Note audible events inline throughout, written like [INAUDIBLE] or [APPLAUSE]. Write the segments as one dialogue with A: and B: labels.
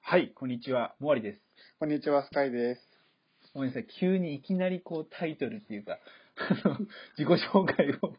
A: はい、こんにちは、モアリです。
B: こんにちは、スカイです。
A: ごめんなさい、急にいきなりこうタイトルっていうか、 [LAUGHS] あの、自己紹介を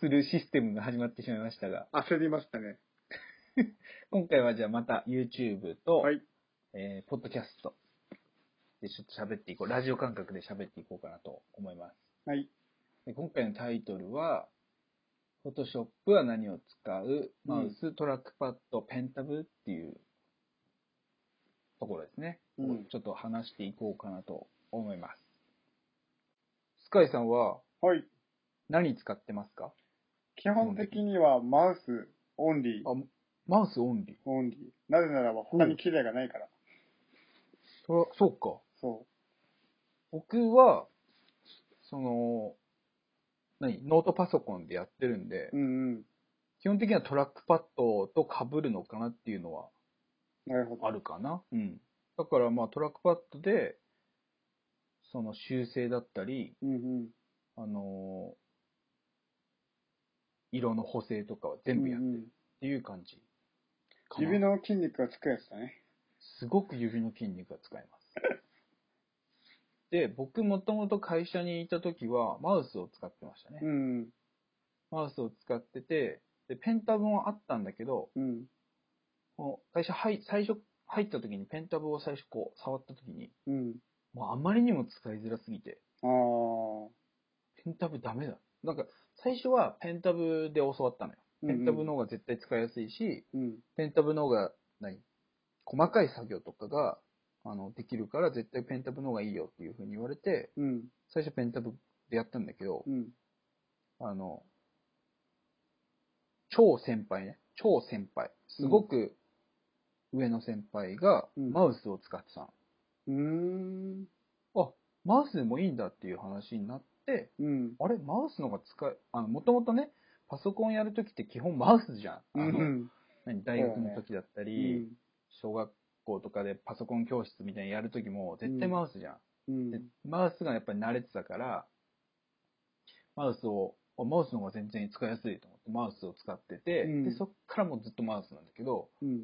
A: するシステムが始まってしまいましたが、
B: 焦りましたね。
A: 今回はじゃあまた YouTube と、
B: はい。
A: えー、ポッドキャストでちょっと喋っていこう、ラジオ感覚で喋っていこうかなと思います。
B: はい。
A: で今回のタイトルは、Photoshop は何を使う、マウス、トラックパッド、ペンタブっていうところですね。
B: うん
A: ちょっと話していこうかなと思います。スカイさんは
B: はい。
A: 何使ってますか
B: 基本的にはマウスオンリー
A: あ。マウスオンリー。
B: オンリー。なぜならば他に機材がないから。
A: そらそうか。
B: そ
A: 僕は、その、何ノートパソコンでやってるんで
B: う。う、んうん。
A: 基本的にはトラックパッドと被るのかなっていうのは
B: なるほど。
A: あるかな。うん。だからまあトラックパッドで、その修正だったり、
B: うんうん。
A: あのー色の補正とかは全部やる
B: うんうん
A: っていう感じかな。
B: 指の筋肉がつくやつだね。
A: すごく指の筋肉が使え
B: [LAUGHS]
A: ます。で、僕もともと会社にいた時はマウスを使ってましたね。
B: うん。
A: マウスを使ってて、で、ペンタブもあったんだけど、
B: うん。
A: もう会社入最初入った時にペンタブを最初こう触った時に、
B: うん。
A: もうあまりにも使いづらすぎて、
B: ああ。
A: ペンタブダメだ。なんか、最初はペンタブで教わったのよ。ペンタブの方が絶対使いやすいし、
B: うんうん。
A: ペンタブの方が、何細かい作業とかが、あの、できるから絶対ペンタブの方がいいよっていう風に言われて、
B: うん。
A: 最初ペンタブでやったんだけど
B: う、ん。
A: あの、超先輩ね。超先輩。すごく上の先輩が
B: うん
A: マウスを使ってたの。
B: うーん。
A: マウスでもいいんだっていう話になって、
B: うん。
A: あれマウスの方が使い、あの、もともとね、パソコンやるときって基本マウスじゃん。あ
B: う
A: の
B: ん。
A: 何大学の時だった
B: う
A: り、
B: ん。
A: 小学校とかでパソコン教室みたいにやるときも絶対マウスじゃん、
B: うん
A: で。マウスがやっぱり慣れてたからマウスをあマウスの方が全然使いやすいと思ってマウスを使ってて、
B: うん
A: でそっからもうずっとマウスなんだけど
B: うん。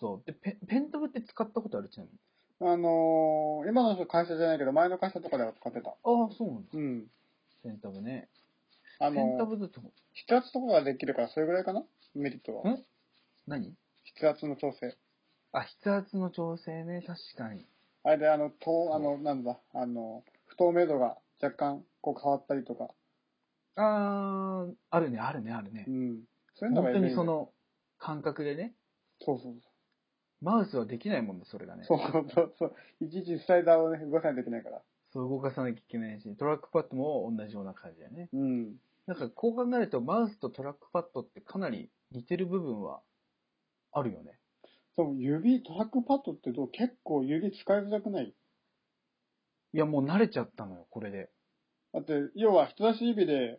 A: そうでペペンタブって使ったことあるちなみに
B: あのー、今の人会社じゃないけど、前の会社とかでは使ってた。
A: ああそうなんだ
B: うん。
A: ペンタブね、
B: あ
A: ペンタ
B: のー、
A: ブだと
B: 筆圧とかができるから、それぐらいかなメリットは。
A: 何
B: 筆圧の調整。
A: あ筆圧の調整ね確かに
B: あれで、あの、と、あの、なんだ、あの、不透明度が若干、こう変わったりとか。
A: あーあるねあるねあるね
B: う、ん。そういうのが
A: 本当
B: 便利
A: にそ。の感覚でね
B: そうそう
A: マウスはできないもんねそれがね
B: そう。そうそうそう。いちいちスライダーをね、動かさないといけないから。
A: そう動かさなきゃいけないし、トラックパッドも同じような感じだよね。
B: うん。
A: なんかこう考えると、マウスとトラックパッドってかなり似てる部分はあるよね。
B: そう、指、トラックパッドってどう結構指使いづらくない
A: いや、もう慣れちゃったのよ、これで。
B: だって、要は人差し指で、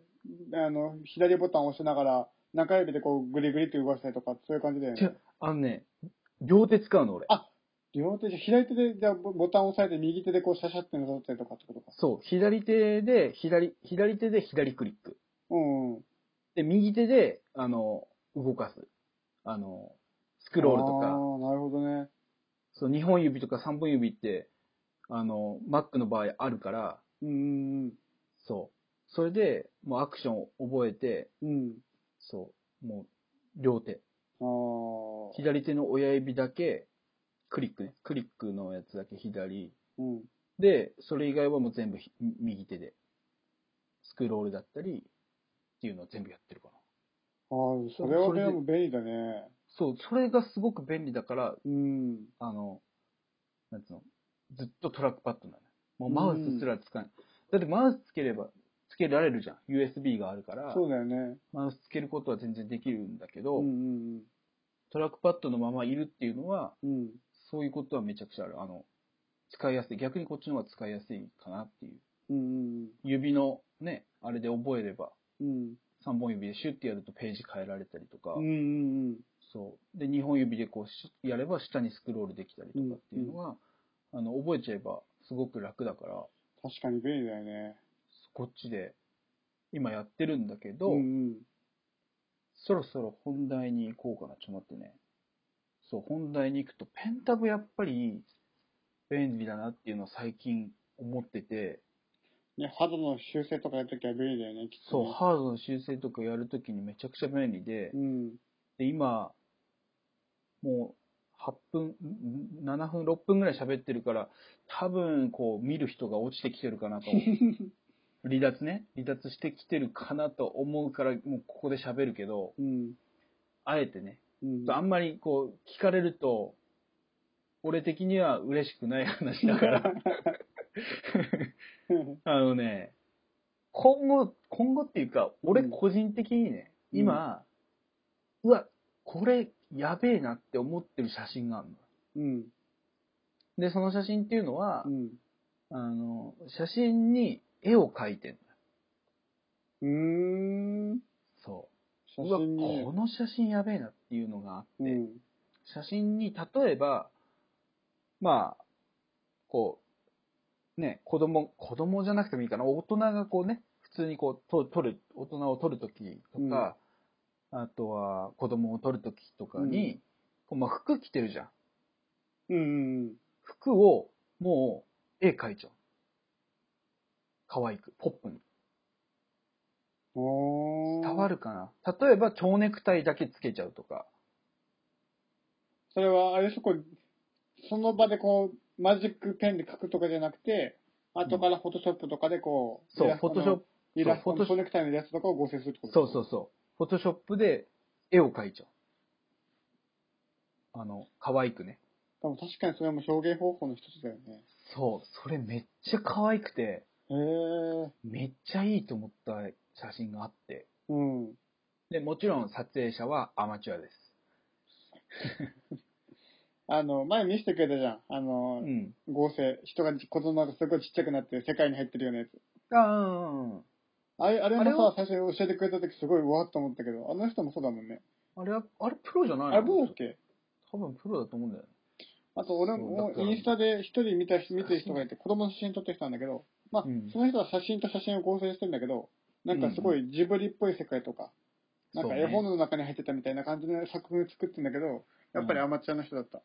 B: あの、左ボタンを押しながら、中指でこう、グリグリって動かしたりとか、そういう感じだよ
A: 違
B: ね
A: う。あのね、両手使うの、俺。
B: あ両手じゃ、左手で、じゃあボボタンを押さえて、右手でこう、シャシャってなさったりとかってことか。
A: そう、左手で、左、左手で左クリック。
B: うんうん。
A: で、右手で、あの、動かす。あの、スクロールと
B: あ
A: か、
B: あ、なるほどね。
A: そう、2本指とか3本指って、あの、Mac の場合あるから、
B: うんうん
A: そう。それで、もうアクションを覚えて、
B: うん。
A: そう。もう、両手。
B: うん。ああ。
A: 左手の親指だけ、クリックね。クリックのやつだけ左。
B: うん。
A: で、それ以外はもう全部ひ右手で。スクロールだったり、っていうのを全部やってるかな。
B: ああ、それはでも便利だね。
A: そう、それがすごく便利だから、
B: うん。
A: あの、なんつうの、ずっとトラックパッドなの。もうマウスすら使えない。だってマウスつければ、つけられるじゃん。USB があるから、
B: そうだよね。
A: マウスつけることは全然できるんだけ
B: う
A: ど、
B: んうん
A: トラックパッドのままいるっていうのは、
B: うん。うん。
A: そういうことはめちゃくちゃある。あの、使いやすい。逆にこっちの方が使いやすいかなっていう。
B: うん
A: 指のね、あれで覚えれば、
B: うんうん。
A: 3本指でシュッてやるとページ変えられたりとか、
B: うんうんうん。
A: そう。で、2本指でこうシュッやれば下にスクロールできたりとかっていうのが、あの、覚えちゃえばすごく楽だから、
B: 確かに便利だよね。
A: こっちで今やってるんだけど、
B: うんうん。
A: そろそろ本題に行こうかな。ちょっと待ってね。そう、本題に行くと、ペンタブやっぱり便利だなっていうのを最近思ってて、
B: ね、肌の修正とかやるときは便利だよね、きっと
A: そう、
B: ね、
A: ハードの修正とかやるときにめちゃくちゃ便利で、
B: うん。
A: で、今、もう、8分、んん7分、6分ぐらい喋ってるから、多分、こう、見る人が落ちてきてるかなと。 [LAUGHS] 離脱ね。離脱してきてるかなと思うから、もうここで喋るけど、
B: うん。
A: あえてね。
B: うん。
A: あんまり、こう、聞かれると、俺的には嬉しくない話だ
B: [LAUGHS]
A: から。あのね、今後、今後っていうか、俺
B: うん
A: 個人的にね、
B: うん
A: 今、うわ、これやべえなって思ってる写真があるの。
B: うん。
A: で、その写真っていうのは
B: う、ん。
A: あの、写真に絵を描いてんのよ。
B: うーん。
A: そ
B: 写
A: う。うわ、
B: 真に
A: こ。の写真やべえなっていうのがあって、
B: うん。
A: 写真に例えば、まあ、こう、ね、子供、子供じゃなくてもいいかな、大人がこうね、普通にこう、と撮る、大人を撮るときとか、あとは子供を撮るときとかに、こうまあ、服着てるじゃん。
B: うんうん
A: 服をもう絵描いちゃう。可愛く、ポップに。
B: うん。おー。
A: 伝わるかな例えば、蝶ネクタイだけつけちゃうとか。
B: それは、あれそこ、その場でこう、マジックペンで書くとかじゃなくて、後からフォトショップとかでこう、
A: そ
B: イ
A: う
B: ラ、ス
A: フ
B: ト
A: ォ
B: の
A: トショップ、
B: イラスト
A: フォト
B: の
A: ショ
B: コネクタイのイラストとかを合成するってこと
A: そうそうそう。フォトショップで絵を描いちゃう。あの、可愛くね。
B: でも確かにそれも表現方法の一つだよね。
A: そう、それめっちゃ可愛くて、
B: へえ。
A: めっちゃいいと思った写真があって。
B: うん。
A: で、もちろん撮影者はアマチュアです。
B: あの、前見せてくれたじゃん。あ
A: う
B: の、
A: ん。
B: 合成。人が、子供がすごいちっちゃくなって世界に入ってるようなやつ。
A: あうん。
B: あれ、あれ
A: あれ
B: も
A: は
B: さ、最初に教えてくれた時すごいわーっと思ったけど、あの人もそうだもんね。
A: あれは、あれプロじゃない
B: あ
A: の
B: れ、どうだっけ
A: 多分プロだと思うんだよね。
B: あと、俺も
A: そうだから
B: インスタで一人見た人、見てる人がいて、子供の写真撮ってきたんだけど、まあ、
A: うん
B: その人は写真と写真を合成してんだけど、なんかすごいジブリっぽい世界とか、なんか
A: そうね
B: 絵本の中に入ってたみたいな感じの作品を作ってんだけど、やっぱりアマチュアの人だった。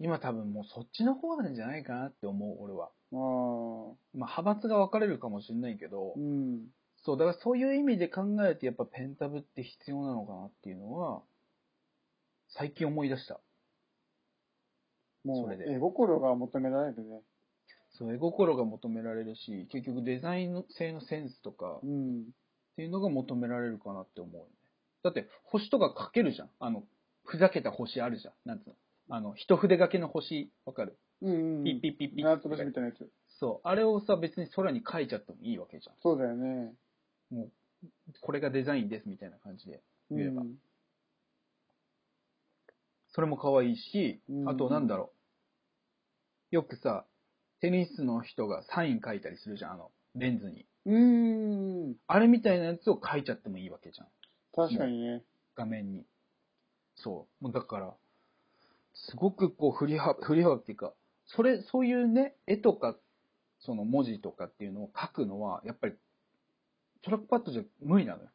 A: 今多分もうそっちの方なんじゃないかなって思う、俺は。
B: ああ、
A: まあ、派閥が分かれるかもしれないけど、
B: うん。
A: そう、だからそういう意味で考えるとやっぱペンタブって必要なのかなっていうのは、最近思い出した。
B: も
A: そうれ、で
B: 絵心が求められるね。
A: そう、絵心が求められるし、結局デザインの性のセンスとかっ
B: うん。
A: ていうのが求められるかなって思うよね。だって、星とか描けるじゃん。あの、ふざけた星あるじゃん。なんつうの。あの、一筆書きの星、わかる
B: うん、うん。
A: ピッピッピッピ
B: 長潰しみ
A: ッ。
B: たいなやつ。
A: そう。あれをさ、別に空に描いちゃってもいいわけじゃん。
B: そうだよね。
A: これがデザインですみたいな感じで。
B: う
A: 言えば
B: ん。
A: それも可愛いし
B: う、ん
A: あとなんだろう。よくさ、テニスの人がサイン書いたりするじゃん、あの、レンズに。
B: うん。
A: あれみたいなやつを書いちゃってもいいわけじゃん、
B: 確かにね。
A: 画面に。そう。もうだから、すごくこう振り幅、振り幅っていうか、それ、そういうね、絵とか、その文字とかっていうのを書くのは、やっぱり、トラックパッドじゃ無理なのよ。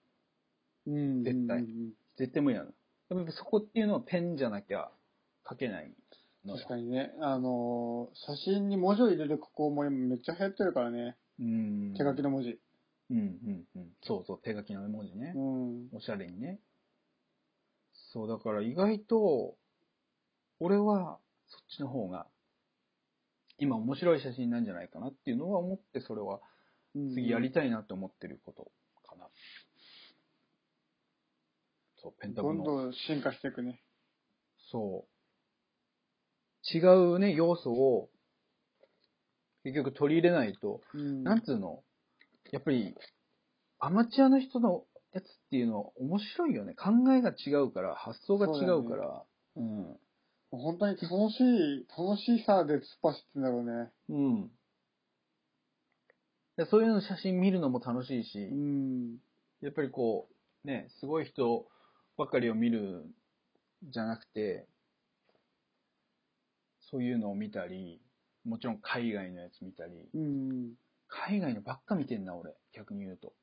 B: うん。
A: 絶対
B: うんうん
A: 絶対無理なの。やっぱりそこっていうのはペンじゃなきゃ書けないのよ
B: 確かにね、あのー写真に文字を入れる加工も今めっちゃ流行ってるからね、
A: うん。
B: 手書きの文字。
A: うんうんうん。そうそう、手書きの絵文字ね
B: う。ん。
A: おしゃれにね。そう、だから意外と、俺はそっちの方が、今面白い写真なんじゃないかなっていうのは思って、それは次やりたいなって思ってることかな。そう、ペンタ
B: ど
A: ブ
B: ん
A: の。
B: どん進化していくね。
A: そう。違うね、要素を、結局取り入れないと、
B: うん。
A: なんつうのやっぱり、アマチュアの人のやつっていうのは面白いよね。考えが違うから、発想が違うから。う
B: 本当に楽しい、楽しさで突っ走ってんだろうね。
A: ん。うん。でそういうの写真見るのも楽しいし、
B: うん。
A: やっぱりこう、ね、すごい人ばかりを見るんじゃなくて、そういうのを見たり、もちろん海外のやつ見たり、
B: うん。
A: 海外のばっか見てんな、俺。逆に言うと。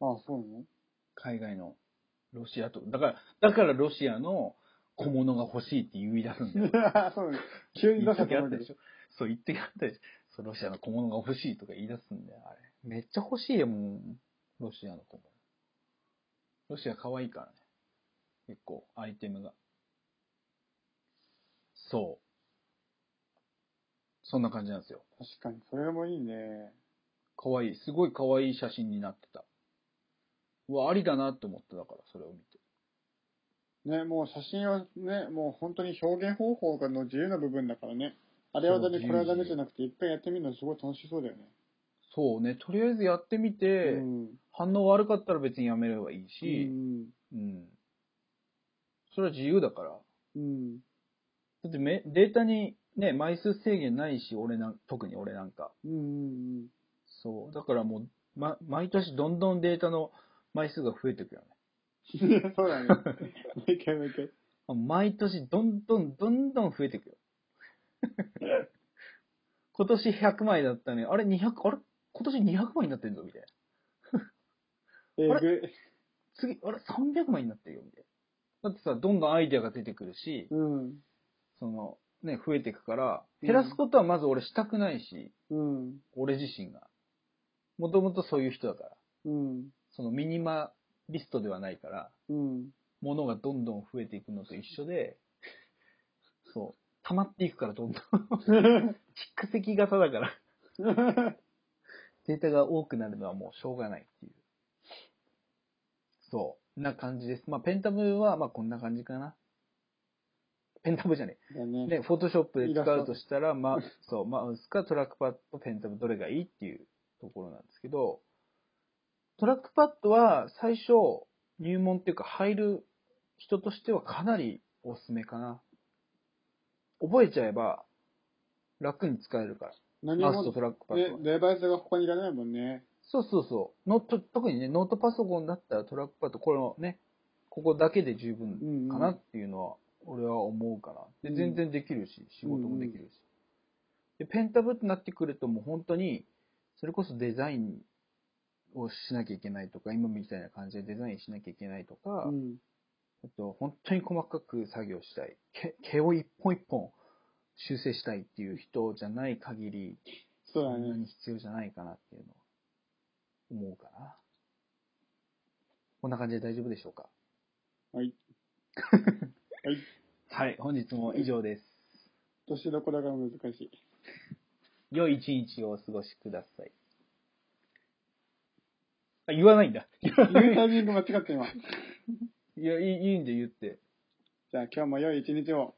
B: あ、そうなの
A: 海外のロシアと、だから、だからロシアの小物が欲しいって言い出すんだよ。
B: [LAUGHS] そうね。急に
A: 一
B: 出せ
A: 時
B: た
A: あ
B: わ
A: ったで
B: けで
A: し
B: し
A: ょ。そう、一時あったでしょ。そう、ロシアの小物が欲しいとか言い出すんだよ、あれ。めっちゃ欲しいよ、もう。ロシアの小物。ロシア可愛いからね。結構、アイテムが。そう。そんな感じなんですよ。
B: ょ。確かに、それもいいね。
A: 可愛い。すごい可愛い写真になってた。うわ、ありだなって思った、だから、それを見て。
B: ね、もう写真はね、もう本当に表現方法がの自由な部分だからね。あれはダメ、
A: そう
B: これはダメ
A: 自
B: じ
A: 由
B: ゃなくて、一回やってみるのすごい楽しそうだよね。
A: そうね、とりあえずやってみて、
B: うん。
A: 反応悪かったら別にやめればいいし、うん。それは自由だから。
B: うん。うん。
A: だってめデータにね、枚数制限ないし、俺なん、特に俺なんか。
B: うんうんうん。
A: そう。だからもう、ま、毎年どんどんデータの枚数が増えていくよね。
B: そうだね。もう一回もう一回。
A: 毎年どんどんどんどん増えていくよ。今年100枚だったのに、あれ200、あれ今年200枚になってんぞ、みたいな。
B: え
A: あ
B: ぐ、
A: 次、あれ300枚になってるよ、みたいな。だってさ、どんどんアイデアが出てくるし、
B: うん。
A: その、ね、増えていくから、
B: うん
A: 減らすことはまず俺したくないし、
B: うん。
A: 俺自身が。もともとそういう人だから。
B: うん。
A: そのミニマリストではないから、
B: うん。
A: ものがどんどん増えていくのと一緒で、そう、溜まっていくからどんどん。蓄積型だから、データが多くなるのはもうしょうがないっていう。そう、な感じです。まあ、ペンタブは、まあ、こんな感じかな。ペンタブじゃね
B: だ
A: え。
B: ね。
A: ね、フォトショップで使うとしたら、まあ、 [LAUGHS] そう、マウスかトラックパッド、ペンタブどれがいいっていうところなんですけど、トラックパッドは最初入門っていうか入る人としてはかなりおすすめかな。覚えちゃえば楽に使えるから。
B: 何
A: マウス
B: も
A: と、トラックパッ
B: ね
A: ドは。、
B: デバイスが他にいらないもんね。
A: そうそうそう。ノート、特にね、ノートパソコンだったらトラックパッド、このね、ここだけで十
B: う
A: 分
B: ん、うん。
A: かなっていうのは、俺は思うかな。
B: う
A: で、
B: ん
A: 全然できるし、仕事もできるし。で、ペンタブってなってくるともう本当に、それこそデザインをしなきゃいけないとか、今みたいな感じでデザインしなきゃいけないとか、
B: うん。
A: あと、本当に細かく作業したい。毛毛を一本一本修正したいっていう人じゃない限り、
B: そう
A: そ
B: だ
A: んな
B: ね。
A: に必要じゃないかなっていうのは、思うかな。こんな感じで大丈夫でしょうか
B: はい。
A: [LAUGHS]
B: はい。
A: はい、本日も以上です。
B: 年どころが難し
A: [LAUGHS]
B: い。
A: 良い一日をお過ごしください。あ、言わないんだ。い
B: [LAUGHS] 言
A: [LAUGHS]
B: うタイミング間違って今。
A: や、いいいいんで言って。
B: じゃあ今日も良い一日を。